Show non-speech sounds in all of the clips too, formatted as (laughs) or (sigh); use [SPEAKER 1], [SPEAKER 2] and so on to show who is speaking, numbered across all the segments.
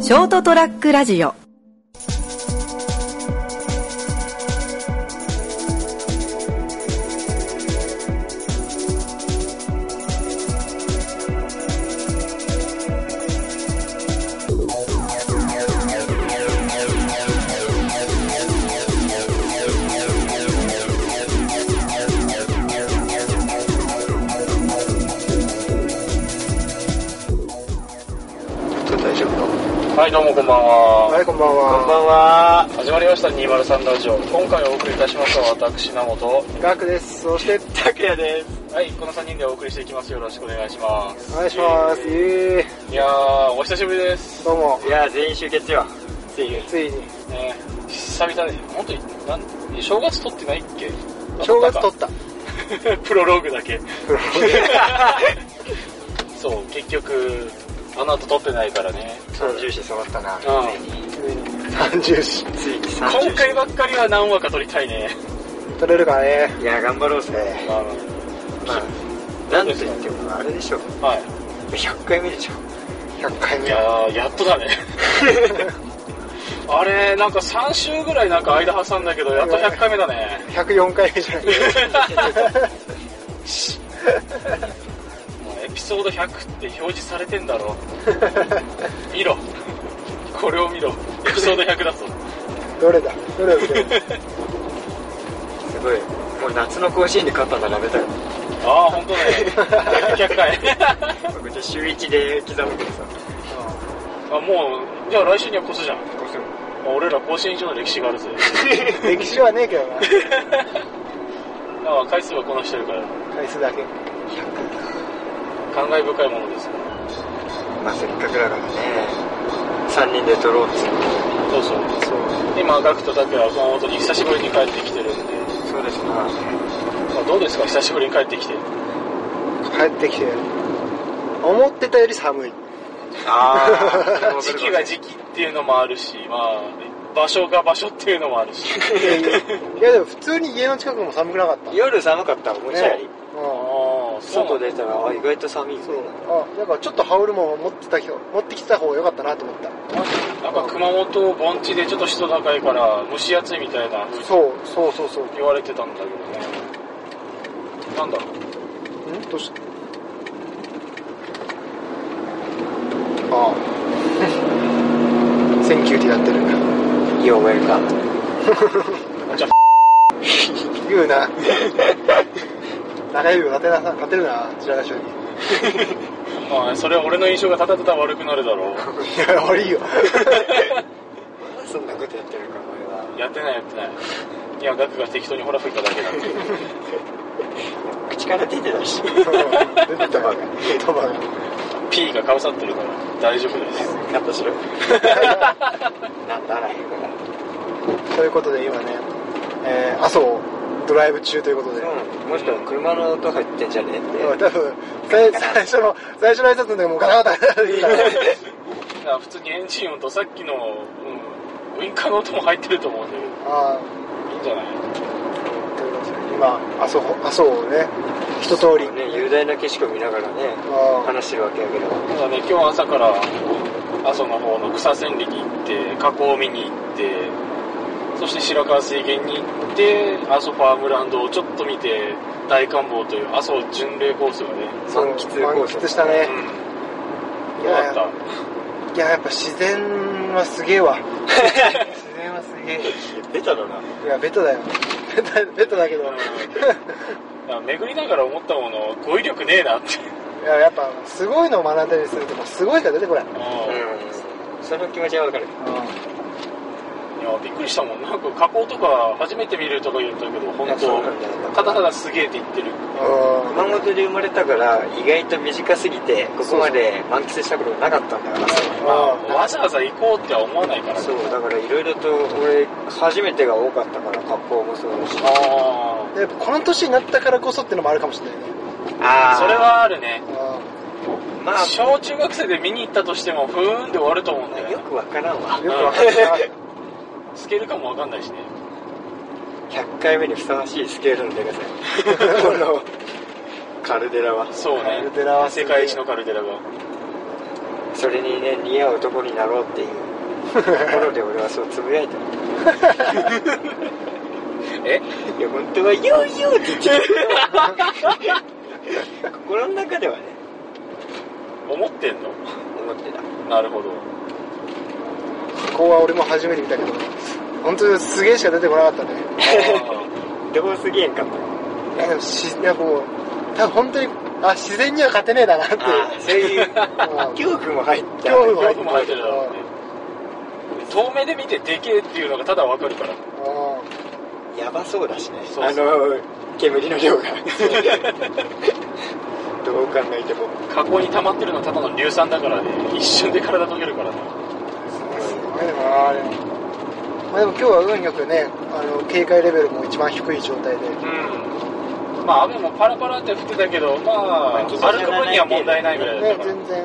[SPEAKER 1] ショートトラックラジオ
[SPEAKER 2] それ大丈夫の
[SPEAKER 3] はい、どうもこんばんは。
[SPEAKER 2] はいこんばんは
[SPEAKER 3] こんばんは。始まりました、203ラジオ。今回お送りいたしますのは私、名本。
[SPEAKER 2] ガクですそして
[SPEAKER 3] 拓也です。はい、この3人でお送りしていきます。よろしくお願いします。
[SPEAKER 2] お願いしますイエー
[SPEAKER 3] いやー、お久しぶりです
[SPEAKER 2] イ。どうも
[SPEAKER 4] いやー全員集結よついに
[SPEAKER 2] ついに
[SPEAKER 3] ね、久々で、本当に、なん、正月撮ってないっけ
[SPEAKER 2] 正月撮った
[SPEAKER 3] た。プロローグだけ。
[SPEAKER 2] プロ
[SPEAKER 3] (laughs) そう、結局、あの後撮ってないからね。
[SPEAKER 4] 三重視揃ったな
[SPEAKER 3] うん。
[SPEAKER 2] 三重視
[SPEAKER 4] ついに三重
[SPEAKER 3] 今回ばっかりは何話か撮りたいね。
[SPEAKER 2] 撮れるかね
[SPEAKER 4] いやー頑張ろうぜ
[SPEAKER 3] まあ
[SPEAKER 4] まあなんと言ってもあれでしょ
[SPEAKER 3] はい。
[SPEAKER 4] 100回目でしょ
[SPEAKER 2] 100回
[SPEAKER 3] い
[SPEAKER 2] 目 (laughs)
[SPEAKER 3] やー、やっとだね。 (laughs) あれ、なんか3週ぐらいなんか間挟んだけど、やっと100回目だね。
[SPEAKER 2] 104回目じゃない (laughs)
[SPEAKER 3] もうエピソード100って表示されてんだろ。見ろ。 (laughs) これを見ろ。エピソード100だぞ。
[SPEAKER 2] どれだどれを見てる
[SPEAKER 4] すごいもう夏の甲子園で勝ったんだ並べたよ
[SPEAKER 3] (laughs) ああ、ほんとね。100回。 (laughs)
[SPEAKER 4] 僕じゃあ週1で刻むけどさ
[SPEAKER 3] あもう、じゃあ来週には越すじゃん。俺ら甲子園以上の歴史があるぜ。
[SPEAKER 2] (laughs) 歴史はねえけどな
[SPEAKER 3] だから回数は (laughs) こなしてるから、
[SPEAKER 2] 回数だけ
[SPEAKER 3] 感慨深いものですよ。
[SPEAKER 4] まあせっかくだからね3人で撮ろうっつって
[SPEAKER 3] そうそう。今、ガクとタクヤは熊本に久しぶりに帰ってきてるんで、
[SPEAKER 4] そうですな
[SPEAKER 3] まあどうですか久しぶりに帰ってきて。
[SPEAKER 2] 帰ってきて思ってたより寒い (laughs)
[SPEAKER 4] あー
[SPEAKER 3] 時期が時期っていうのもあるし、まあ、場所が場所っていうのもあるし。
[SPEAKER 2] いやでも普通に家の近くも寒くなかった
[SPEAKER 4] 夜寒かった思いっきり
[SPEAKER 2] ねうん
[SPEAKER 3] ああ、
[SPEAKER 4] 外
[SPEAKER 3] で。
[SPEAKER 4] 出たらあ意外と寒いね
[SPEAKER 2] そうあだからちょっと羽織るもん持ってた人持ってきてた方が良かったなと思った
[SPEAKER 3] なんか熊本盆地でちょっと人高いから蒸し暑いみたいな
[SPEAKER 2] そうそうそうそう
[SPEAKER 3] 言われてたんだけどね。なんだろう。
[SPEAKER 2] んどうしたああセンキューティーやってる
[SPEAKER 4] You're welcome
[SPEAKER 2] 言うな長指を立てなさ立てるな白髪に
[SPEAKER 3] まあ、それは俺の印象がただただ悪くなるだろ
[SPEAKER 2] いや悪いよ
[SPEAKER 4] (laughs) そんなことやってるか俺は
[SPEAKER 3] う。やってないやってない。いや、ガクが適当にほら吹いただけだって。
[SPEAKER 4] 口から出てた
[SPEAKER 2] (laughs)
[SPEAKER 4] し
[SPEAKER 2] 出てたばか出たばか
[SPEAKER 3] P がかぶさってるから大丈夫です。
[SPEAKER 4] カット
[SPEAKER 2] (laughs)
[SPEAKER 4] しろなんだあらへんから
[SPEAKER 2] ということで今ね、えー、阿蘇をドライブ中ということで、
[SPEAKER 4] うんもしかしたら車の音入ってんじゃねえって
[SPEAKER 2] でも多分最最初の最初の挨拶の時もうガタガタって言ったから
[SPEAKER 3] だから普通にエンジン音とさっきの、うん、ウインカーの音も入ってると思うんだけど、
[SPEAKER 2] あ
[SPEAKER 3] いいんじゃない
[SPEAKER 2] あということで今阿蘇阿蘇をね一通り
[SPEAKER 4] ね雄大な景色を見ながらね
[SPEAKER 2] ああ
[SPEAKER 4] 話してるわけやけど
[SPEAKER 3] ただね、今日朝から阿蘇の方の草千里に行って、河口を見に行って、そして白川水源に行って、阿蘇パームランドをちょっと見て、大観望という阿蘇巡礼コースがね、
[SPEAKER 2] そう
[SPEAKER 4] 満喫コース
[SPEAKER 2] 満喫したね
[SPEAKER 3] うん、
[SPEAKER 2] い
[SPEAKER 3] よか
[SPEAKER 2] や
[SPEAKER 3] った。
[SPEAKER 2] いややっぱ自然はすげえわ自然はすげえ
[SPEAKER 4] 出たのない
[SPEAKER 2] やベタだよ (laughs) ベタベタだけど (laughs)
[SPEAKER 3] だから巡りながら思ったもの、語彙力ねえなって。
[SPEAKER 2] いややっぱすごいのを学んだりするともうすごいから出てこない、うん、
[SPEAKER 4] うんその気持ちはわかる
[SPEAKER 3] いや、びっくりしたもん。なんか河口とか初めて見るとか言ったけど、本
[SPEAKER 4] いやそうなんだよ
[SPEAKER 3] 当、カタカナすげえって言ってる。
[SPEAKER 4] 熊本で生まれたから意外と短すぎてここまで満喫したことがなかったんだからさ
[SPEAKER 3] まあ、
[SPEAKER 2] うん
[SPEAKER 3] わざわざ行こうっては思わないからね。
[SPEAKER 4] そうだからいろいろと俺初めてが多かったから格好もそうだし
[SPEAKER 3] あ
[SPEAKER 2] やっぱこの年になったからこそってのもあるかもしれないね
[SPEAKER 4] あ
[SPEAKER 3] あ、それはあるね。
[SPEAKER 4] まあ
[SPEAKER 3] 小中学生で見に行ったとしても、ふーんで終わると思うんだ
[SPEAKER 4] よ
[SPEAKER 3] よ。
[SPEAKER 4] くわからんわ
[SPEAKER 2] うんよくわかったな
[SPEAKER 3] スケール感もわかんないしね。
[SPEAKER 4] 100回目にふさわしいスケールのでかさ
[SPEAKER 3] (laughs)
[SPEAKER 4] このカルデラは
[SPEAKER 3] そう
[SPEAKER 2] カル
[SPEAKER 3] ね。
[SPEAKER 2] デラはす
[SPEAKER 3] 世
[SPEAKER 2] げえ
[SPEAKER 3] 界一のカルデラが。
[SPEAKER 4] それにね似合う男になろうっていうところで俺はそうつぶやいた
[SPEAKER 3] え
[SPEAKER 4] いや本当は「よーよー」って言っちゃう心の中ではね
[SPEAKER 3] 思ってんの
[SPEAKER 4] 思ってた
[SPEAKER 3] なるほ
[SPEAKER 2] (laughs)
[SPEAKER 3] ど
[SPEAKER 2] ここは俺も初めて見たけど本当にすげえしか出てこなかったね
[SPEAKER 4] どうすげえんかも
[SPEAKER 2] いやでもしいやこう多分本当にあ自然には勝てねえだなって
[SPEAKER 4] あそういう
[SPEAKER 2] うん
[SPEAKER 4] 恐怖も入った
[SPEAKER 2] 恐
[SPEAKER 3] (laughs)
[SPEAKER 2] 怖
[SPEAKER 3] 恐怖も入ってるだろうね遠目で見てでけえっていうのがただわかるから
[SPEAKER 2] う
[SPEAKER 4] やばそうだしね
[SPEAKER 3] そうそう
[SPEAKER 4] あの煙の量がどう考えても
[SPEAKER 3] 加工に溜まってるのはただの硫酸だからね一瞬で体溶けるからね
[SPEAKER 2] んすごいなあれまあでも今日は運よくねあの警戒レベルも一番低い状態で
[SPEAKER 3] うんまあ雨もパラパラって降ってたけどまあ
[SPEAKER 4] まあ
[SPEAKER 3] 歩く分には問題ないぐらいだっ
[SPEAKER 2] ね
[SPEAKER 3] たから
[SPEAKER 2] 全然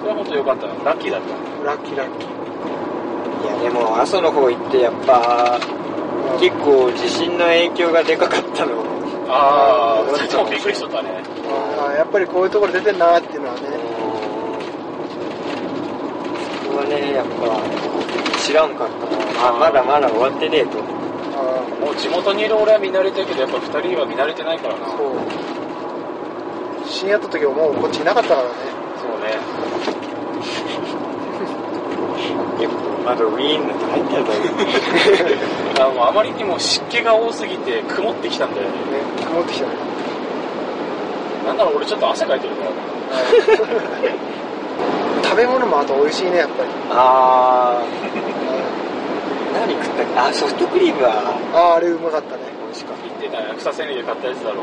[SPEAKER 3] それは本当良かったラッキーだった
[SPEAKER 2] ラッキーラッキー
[SPEAKER 4] いやでも阿蘇の方行ってやっぱ
[SPEAKER 2] うん
[SPEAKER 4] 結構地震の影響がでかかったの
[SPEAKER 3] あ
[SPEAKER 2] あ
[SPEAKER 3] あ
[SPEAKER 2] ー
[SPEAKER 3] そっちもびっくりしとったね
[SPEAKER 2] あーやっぱりこういうところ出てんなーっていうのはね
[SPEAKER 4] そこはねやっぱ知らんかったなあまだまだ終わってねえと
[SPEAKER 2] あ
[SPEAKER 3] もう地元にいる俺は見慣れたけどやっぱ二人は見慣れてないからな
[SPEAKER 2] ーそう深夜やった時はもうこっちいなかったからね
[SPEAKER 3] そうね
[SPEAKER 4] 結構窓ウィーンなんて入ってたと思う
[SPEAKER 3] あもうあまりにも湿気が多すぎて曇ってきたんだよね
[SPEAKER 2] ね曇ってきたね
[SPEAKER 3] なんだろう俺ちょっと汗かいてるから
[SPEAKER 2] 食べ物もあと美味しいねやっぱり
[SPEAKER 4] (laughs) あー何食ったっけあソフトクリームは
[SPEAKER 2] あああれうまかったね
[SPEAKER 4] 美味しかった
[SPEAKER 3] 言ってたよ草千里で買ったやつだろ
[SPEAKER 4] う
[SPEAKER 3] う、
[SPEAKER 4] ん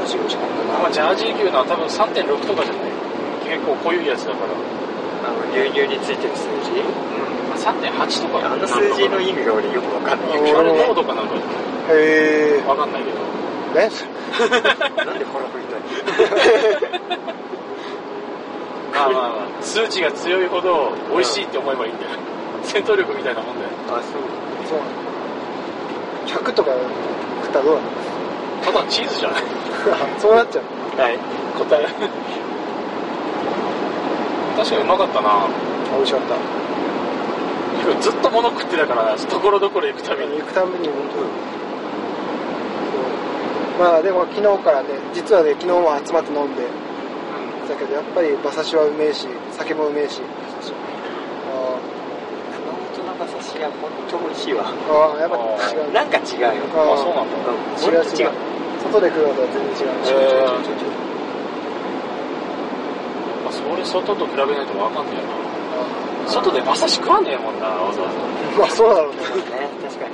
[SPEAKER 4] マジ美味しかった
[SPEAKER 3] ま
[SPEAKER 4] な
[SPEAKER 3] あ、ジャージー牛のは多分3.6とかじゃない結構濃いやつだか
[SPEAKER 4] あ
[SPEAKER 3] ら、
[SPEAKER 4] の牛乳についてる数字
[SPEAKER 3] まあ、3.8とか
[SPEAKER 4] あの数字の意味が俺よくわかんな
[SPEAKER 2] うん
[SPEAKER 4] い
[SPEAKER 3] あれ濃度かなんかじゃな
[SPEAKER 2] へえ
[SPEAKER 3] いわかんないけど
[SPEAKER 2] ね
[SPEAKER 4] (laughs) なんでこの吹いたん
[SPEAKER 3] まあまあまあ数値が強いほど美味しいって思えばいい
[SPEAKER 4] (laughs)
[SPEAKER 3] んだよ戦闘力みたいなもんだ
[SPEAKER 4] あ
[SPEAKER 3] よ
[SPEAKER 4] そう
[SPEAKER 2] そうなの100とか食ったらどうな
[SPEAKER 3] ただのチーズじゃない
[SPEAKER 2] のそうなっちゃう
[SPEAKER 4] はい
[SPEAKER 3] 答え確かにうまかったな
[SPEAKER 2] 美味しかった
[SPEAKER 3] ずっと物食ってたからなところどころ行くたびに
[SPEAKER 2] 行くために本当にそうまあでも昨日からね実はね昨日も集まって飲んでだけどやっぱり馬刺しはうめえし酒もうめえしあ
[SPEAKER 4] 熊本の馬刺しが本当美味しいわ
[SPEAKER 2] ーあーやっぱ違う
[SPEAKER 4] なんか違うよ
[SPEAKER 2] あー
[SPEAKER 3] あそうなんだ
[SPEAKER 4] うん
[SPEAKER 2] 違う
[SPEAKER 4] 本当
[SPEAKER 2] 違う外で食うのとは全然違うし、
[SPEAKER 3] へ
[SPEAKER 4] 違
[SPEAKER 3] え
[SPEAKER 4] う
[SPEAKER 3] まあそれ外と比べないと分かんないな外で馬刺し食わねえもんなわざわざ
[SPEAKER 2] あーまあそうだろうね
[SPEAKER 4] そうだね確か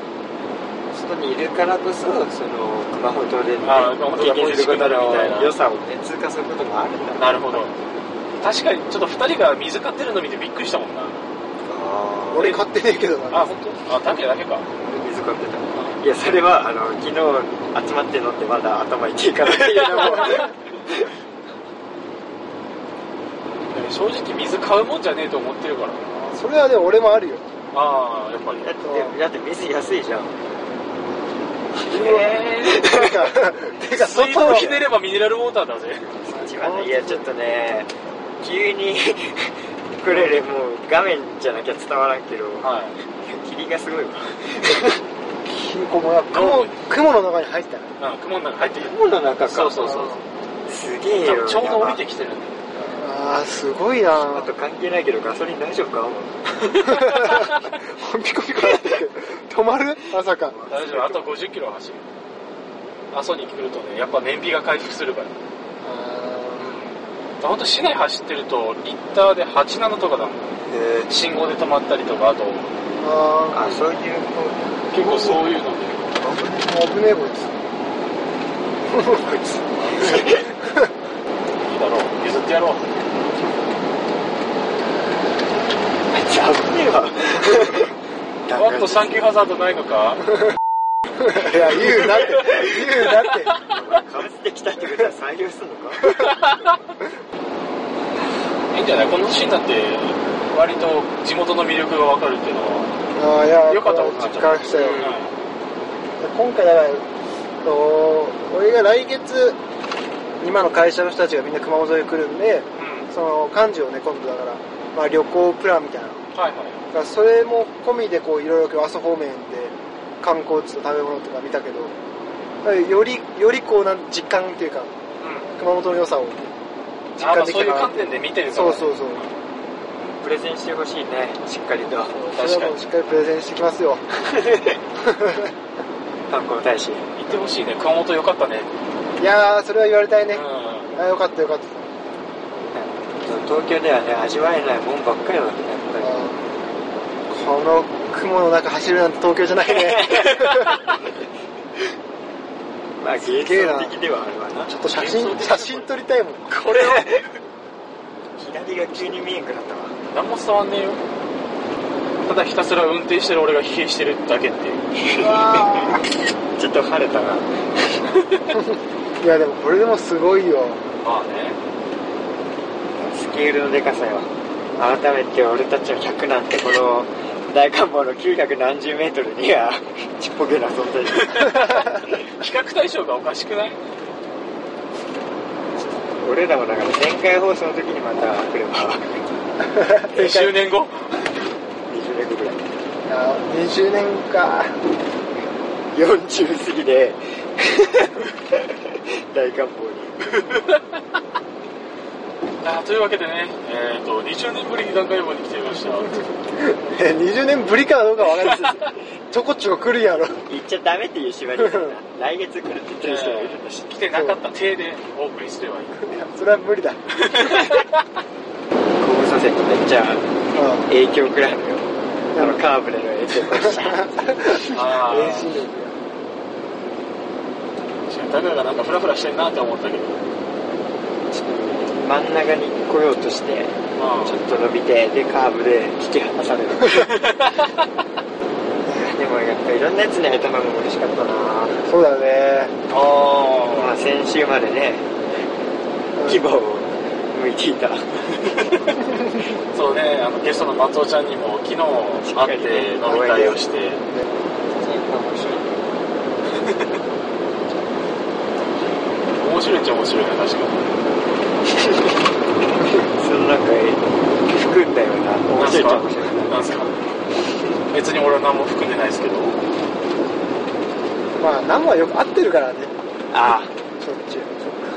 [SPEAKER 4] に外にいるからこそその熊本でね
[SPEAKER 3] あー熊本
[SPEAKER 4] 経
[SPEAKER 3] が
[SPEAKER 4] 験すること
[SPEAKER 3] 美味しくなるみたいな
[SPEAKER 4] の良さをね通過することもあるんだ
[SPEAKER 3] なるほど確かにちょっと2人が水買ってるの見てびっくりしたもんな
[SPEAKER 4] あー
[SPEAKER 2] 俺買ってねえけど
[SPEAKER 3] あ
[SPEAKER 2] な
[SPEAKER 3] 本当あだけだけか
[SPEAKER 4] 水買ってたいやそれはあの昨日集まって飲んでまだ頭痛いからっていうのも
[SPEAKER 3] (laughs) 正直水買うもんじゃねえと思ってるから
[SPEAKER 2] それはでも俺もあるよ
[SPEAKER 3] ああやっぱり
[SPEAKER 4] だってだって水安いじゃん
[SPEAKER 3] え
[SPEAKER 2] てかてか
[SPEAKER 3] 水道
[SPEAKER 2] 外を
[SPEAKER 3] ひねればミネラルウォーターだぜ
[SPEAKER 4] いやちょっとね急に (laughs) これでもう画面じゃなきゃ伝わらんけど
[SPEAKER 3] はい
[SPEAKER 4] 霧がすごいわ
[SPEAKER 2] こう雲雲の中に入ったね
[SPEAKER 3] うん雲の中入ってる
[SPEAKER 4] 雲の中か
[SPEAKER 3] そうそうそう
[SPEAKER 4] すげえ
[SPEAKER 3] 多
[SPEAKER 4] よ
[SPEAKER 3] 分ちょうど降り
[SPEAKER 4] や
[SPEAKER 3] てきてるんだよ
[SPEAKER 2] あ (laughs) あすごいな
[SPEAKER 4] ばあと関係ないけどガソリン大丈夫か
[SPEAKER 2] ピコピコ (laughs) なってる止まるまさか
[SPEAKER 3] 大丈夫あと50キロ走る阿蘇に来るとねやっぱ燃費が回復するから本当市内走ってるとリッターで87とかだもん
[SPEAKER 4] え
[SPEAKER 3] 信号で止まったりとかあと
[SPEAKER 2] あ
[SPEAKER 4] あそういうこ
[SPEAKER 3] 結構そういうので
[SPEAKER 2] あ危ねえこいつ
[SPEAKER 4] うこいつ
[SPEAKER 3] いいだろう譲ってやろう
[SPEAKER 4] めっちゃ危ねえわ (laughs)
[SPEAKER 3] おっとサンキューハザードないの
[SPEAKER 2] (laughs)
[SPEAKER 3] か
[SPEAKER 2] いや言うなって言うなって
[SPEAKER 4] かぶってきたってことは採用するのか (laughs)
[SPEAKER 3] いいんじゃないこの年になって割と地元の魅力がわかるっていうのは、
[SPEAKER 2] ああいや
[SPEAKER 3] よかったことになっ
[SPEAKER 2] 実
[SPEAKER 3] ちゃった
[SPEAKER 2] 感したよ今回だからえっと俺が来月今の会社の人たちがみんな熊本に来るんで
[SPEAKER 3] うん
[SPEAKER 2] その幹事をね今度だから、まあ、旅行プランみたいな
[SPEAKER 3] はいは
[SPEAKER 2] だからそれも込みでこういろいろ阿蘇方面で観光地と食べ物とか見たけどだからよりよりこうなん実感っていうか
[SPEAKER 3] い、
[SPEAKER 2] 熊本の良さを
[SPEAKER 3] うん、
[SPEAKER 2] 実
[SPEAKER 3] あま
[SPEAKER 2] 感
[SPEAKER 3] あ
[SPEAKER 2] でき
[SPEAKER 3] そう
[SPEAKER 2] た
[SPEAKER 3] いう
[SPEAKER 2] な
[SPEAKER 3] 観点で見てるから
[SPEAKER 2] そ
[SPEAKER 3] ね、
[SPEAKER 2] うそうそう
[SPEAKER 4] プレゼンしてほしいねしっかりと
[SPEAKER 2] そ
[SPEAKER 3] 確
[SPEAKER 2] れ
[SPEAKER 3] か
[SPEAKER 2] はもう
[SPEAKER 3] に
[SPEAKER 2] しっかりプレゼンしてきますよ
[SPEAKER 4] 観光大使
[SPEAKER 3] 行ってほしいね熊本よかったね
[SPEAKER 2] いやーそれは言われたいね、
[SPEAKER 3] う
[SPEAKER 2] あよかったよかった
[SPEAKER 4] 東京ではね味わえないもんばっかりなんだね
[SPEAKER 2] あーこの雲の中走るなんて東京じゃないね
[SPEAKER 4] やっぱりまあ芸
[SPEAKER 2] げえな
[SPEAKER 4] 術的ではあるわな
[SPEAKER 2] ちょっと写真写真撮りたいもん
[SPEAKER 4] これは左が急に見えんくなったわ
[SPEAKER 3] ん何も伝わんねえよただひたすら運転してる俺が疲弊してるだけっていう
[SPEAKER 4] ちょっと晴れたない
[SPEAKER 2] やでもこれでもすごいよ
[SPEAKER 3] まあね
[SPEAKER 4] スケールのでかさよ改めて俺たちの100なんてこの大観望の9何十メートルにはちっぽけな存在 (laughs)
[SPEAKER 3] 比較対象がおかしくない
[SPEAKER 4] 俺らもだから前回放送の時にまた来れば
[SPEAKER 2] 正解
[SPEAKER 3] 20年後
[SPEAKER 4] 20年後ぐらい
[SPEAKER 2] いやー20年か
[SPEAKER 4] 40過ぎで (laughs) 大観望に
[SPEAKER 3] あーというわけでね、えー、と20年ぶりに段階予報に来てみました
[SPEAKER 2] え20年ぶりかどうかわかんないですちょこちょこ来るやろ
[SPEAKER 4] 言っちゃダメっていう縛り (laughs) だな来月来るって言ってる人もいるんだし
[SPEAKER 3] 来てなかった体でお送りすればいい
[SPEAKER 2] いやそれは無理だ
[SPEAKER 4] 後部左折めっちゃ
[SPEAKER 2] う
[SPEAKER 4] 影響くらいのよ
[SPEAKER 2] ん
[SPEAKER 4] あのカーブでの影響 (laughs) シャー
[SPEAKER 3] あ
[SPEAKER 2] 遠
[SPEAKER 3] ー
[SPEAKER 2] 心力
[SPEAKER 3] タカがなんかフラフラしてんなって思ったけど
[SPEAKER 4] ちょっと真ん中に来ようとして
[SPEAKER 3] まあ
[SPEAKER 4] ちょっと伸びてでカーブで引き離 (laughs) されるでもやっぱいろんなやつに会えたのも嬉しかったな
[SPEAKER 2] やそうだね
[SPEAKER 4] ま
[SPEAKER 3] あ
[SPEAKER 4] あ先週までね規模を向いてい (laughs) た
[SPEAKER 3] ーそうねあのゲストの松尾ちゃんにも昨日会って飲み会をして面白いっちゃ面白いね確か
[SPEAKER 4] そのなんか含んだような面白いっちゃ面白い
[SPEAKER 3] になんすか別に俺は何も含んでないですけど
[SPEAKER 2] まあ何はよく合ってるからね
[SPEAKER 4] あ
[SPEAKER 2] しょっちゅう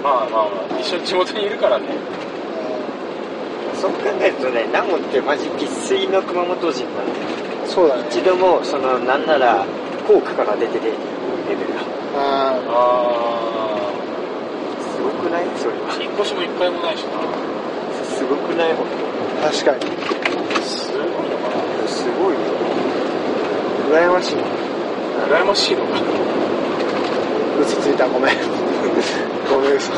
[SPEAKER 3] まあまあ、まあ、一緒に地元にいるからね
[SPEAKER 4] あそう考えるとねナモってマジ生粋の熊本人なんで
[SPEAKER 2] うんそうだね
[SPEAKER 4] 一度もそのなんなら校区から出ててレベルが
[SPEAKER 2] あー
[SPEAKER 3] あ
[SPEAKER 4] すごくないそれ
[SPEAKER 3] あ
[SPEAKER 4] は
[SPEAKER 3] 引っ越しも一回もないしな
[SPEAKER 4] すごくないほん
[SPEAKER 2] 確かに
[SPEAKER 3] すごいのかな
[SPEAKER 4] とすごいよ
[SPEAKER 2] 羨ましい
[SPEAKER 3] 羨ましいのか (laughs)
[SPEAKER 2] 嘘ついたごめん (laughs) ごめん嘘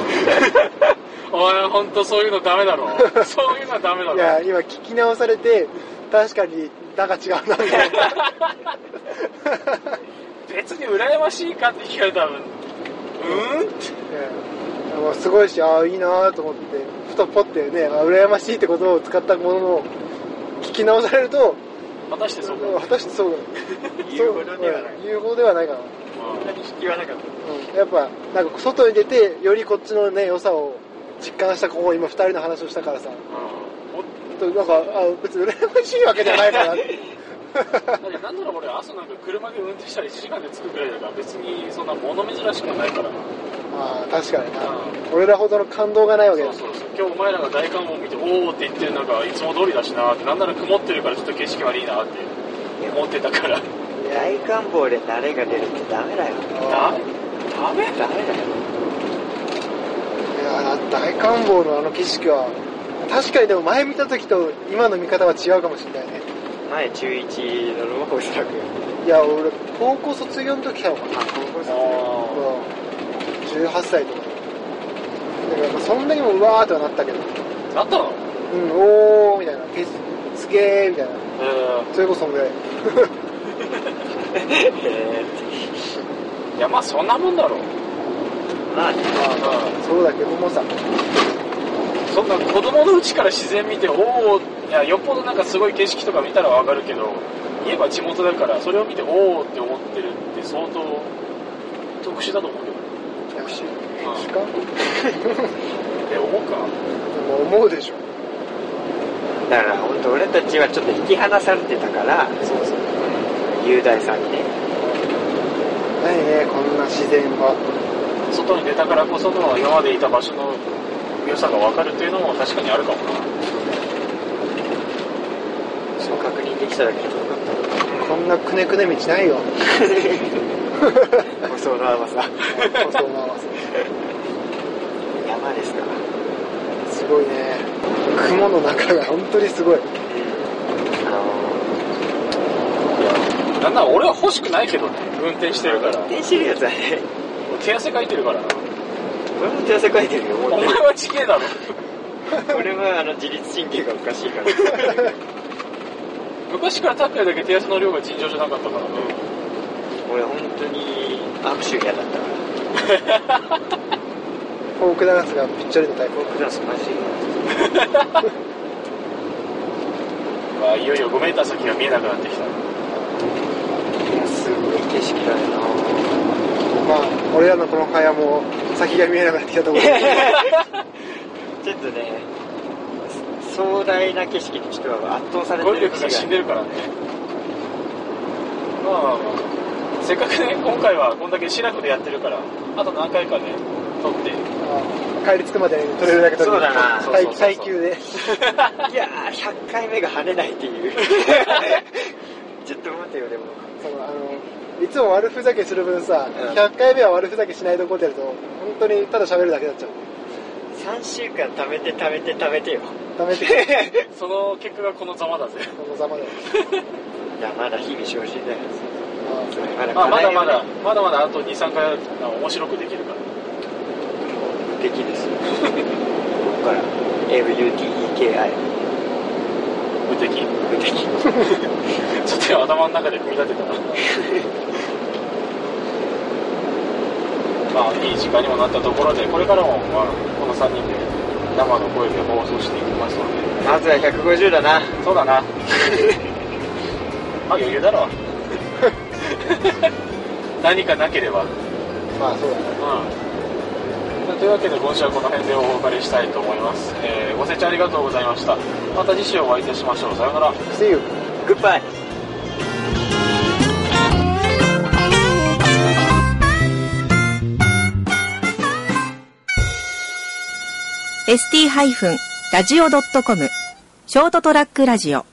[SPEAKER 3] お前本当そういうのダメ (laughs) だろそういうのはダメだろ
[SPEAKER 2] いや今聞き直されて確かになんか違うなみた (laughs) いな
[SPEAKER 3] 別に羨ましいかって聞かれたらうーんって
[SPEAKER 2] うんもうすごいしああいいなーと思ってふとポってねあ羨ましいってことを使ったものの聞き直されると
[SPEAKER 3] 果たしてそこ
[SPEAKER 2] 果たしてそう
[SPEAKER 4] 言うほどではない
[SPEAKER 2] そううん言うほどではないかな、
[SPEAKER 4] そんなに引きはなかった
[SPEAKER 2] うん、やっぱなんか外に出てよりこっちのね良さを実感したここ今二人の話をしたからさほんとなんかあ別に羨ましいわけじゃないかなって (laughs)
[SPEAKER 3] だってなんなら俺朝なんか車で運転したら1時間で着くくらいだから別にそんな物珍しくはないからな
[SPEAKER 2] ああ確かにな
[SPEAKER 3] う
[SPEAKER 2] 俺らほどの感動がないわけ
[SPEAKER 3] そ
[SPEAKER 2] だ
[SPEAKER 3] うそうそう今日お前らが大観を見ておおって言ってなんかいつも通りだしなってなんなら曇ってるからちょっと景色悪いなって思ってたから
[SPEAKER 4] 大観望で慣れが出るってダメだよ
[SPEAKER 3] ダメダメ
[SPEAKER 4] ダメだよ
[SPEAKER 2] いやー大観望のあの景色は確かにでも前見た時と今の見方は違うかもしれないね
[SPEAKER 4] 前中1だろおそらく
[SPEAKER 2] いや俺高校卒業の時だもん
[SPEAKER 4] あ高校
[SPEAKER 3] あ
[SPEAKER 2] 18歳とかだからまあそんなにもうわーってはなったけど
[SPEAKER 3] あなったの
[SPEAKER 2] うんおーみたいなけすげーみたいな
[SPEAKER 3] う
[SPEAKER 2] それこそそんぐらい
[SPEAKER 4] 生えー
[SPEAKER 3] んいやまあそんなもんだろう
[SPEAKER 4] まあね
[SPEAKER 3] う
[SPEAKER 2] そうだけどもさ
[SPEAKER 3] んそんな子供のうちから自然見ておおいやよっぽどなんかすごい景色とか見たらわかるけど言えば地元だからそれを見ておおって思ってるって相当特殊だと思うけど
[SPEAKER 2] いやタクシー
[SPEAKER 3] あ
[SPEAKER 2] 時間
[SPEAKER 3] って思うか
[SPEAKER 2] まあ思うでしょ
[SPEAKER 4] だから本当俺たちはちょっと引き離されてたから
[SPEAKER 2] そうそう
[SPEAKER 4] 雄大さんにね
[SPEAKER 2] ないねこんな自然は
[SPEAKER 3] 外に出たからこその今までいた場所の良さが分かるというのも確かにあるかもな
[SPEAKER 4] そう確認できただけでよかっ
[SPEAKER 2] こんなくねくね道
[SPEAKER 3] (laughs)
[SPEAKER 2] ないよ
[SPEAKER 4] た細野はさ
[SPEAKER 2] 細野は
[SPEAKER 4] 山ですから
[SPEAKER 2] すごいね雲の中が本当にすごい
[SPEAKER 4] あの
[SPEAKER 3] なんなら俺は欲しくないけどね運転してるから
[SPEAKER 4] 運転してるやつはね
[SPEAKER 3] 手汗かいてるからな
[SPEAKER 4] 俺も手汗かいてるよも
[SPEAKER 3] お
[SPEAKER 4] う
[SPEAKER 3] 前はちげえだろ
[SPEAKER 4] 俺はあの自律神経がおかしいから
[SPEAKER 3] 昔からタッカーだけ手汗の量が尋常じゃなかったからね
[SPEAKER 4] 俺本当に握手嫌だったから
[SPEAKER 2] フォークダンスがぴっちゃりのタイプ
[SPEAKER 4] フォークダンスマジで嫌だった
[SPEAKER 3] まあいよいよ5メーター先が見えなくなってきた
[SPEAKER 4] いやすごい景色だよな
[SPEAKER 2] まあ俺らのこの会話も先が見えなくなってきたところで
[SPEAKER 4] ちょっとね壮大な景色にちょっと圧倒されて
[SPEAKER 3] 語彙
[SPEAKER 4] る
[SPEAKER 3] 力
[SPEAKER 4] 気
[SPEAKER 3] が死
[SPEAKER 4] が
[SPEAKER 3] んでるからねまあまあまあせっかくね今回はこんだけシラフでやってるからあと何回かね撮って (laughs)
[SPEAKER 2] あ帰り着くまでに取れるだけ取
[SPEAKER 4] そ
[SPEAKER 2] る
[SPEAKER 4] うだな
[SPEAKER 3] そうそうそう
[SPEAKER 2] 耐
[SPEAKER 3] そう
[SPEAKER 2] 耐久で
[SPEAKER 4] いやー100回目が跳ねないって (laughs) いうちょっと待てよでも
[SPEAKER 2] そのあのいつも悪ふざけする分さ、
[SPEAKER 4] ん
[SPEAKER 2] 100回目は悪ふざけしないとこでやると本当にただ喋るだけになっちゃう
[SPEAKER 4] 3週間貯めて貯めて貯め (laughs) てよ
[SPEAKER 2] ダ
[SPEAKER 3] (laughs)
[SPEAKER 2] メで
[SPEAKER 3] その結果がこのざまだぜ
[SPEAKER 2] このざまで
[SPEAKER 4] いやまだ日々精進だよまだ
[SPEAKER 3] まあまだま
[SPEAKER 4] 課題
[SPEAKER 3] だまだまだあと23回あ面白くできるから
[SPEAKER 4] は無敵ですよここから MUTEKI
[SPEAKER 3] 無敵
[SPEAKER 4] 無敵
[SPEAKER 3] ちょっと今頭の中で組み立てたなまあいい時間にもなったところでこれからも、まあ、この3人で生の声で放送していきますので
[SPEAKER 4] まずは150だな
[SPEAKER 3] そうだな (laughs) あ余裕だろ (laughs) 何かなければ
[SPEAKER 2] まあそうだね
[SPEAKER 3] うん、というわけで今週はこの辺でお別れしたいと思います、えーご清聴ありがとうございましたまた次週お会いいたしましょうさようなら
[SPEAKER 2] See you
[SPEAKER 4] Goodbye
[SPEAKER 1] ST-radio.com ショートトラックラジオ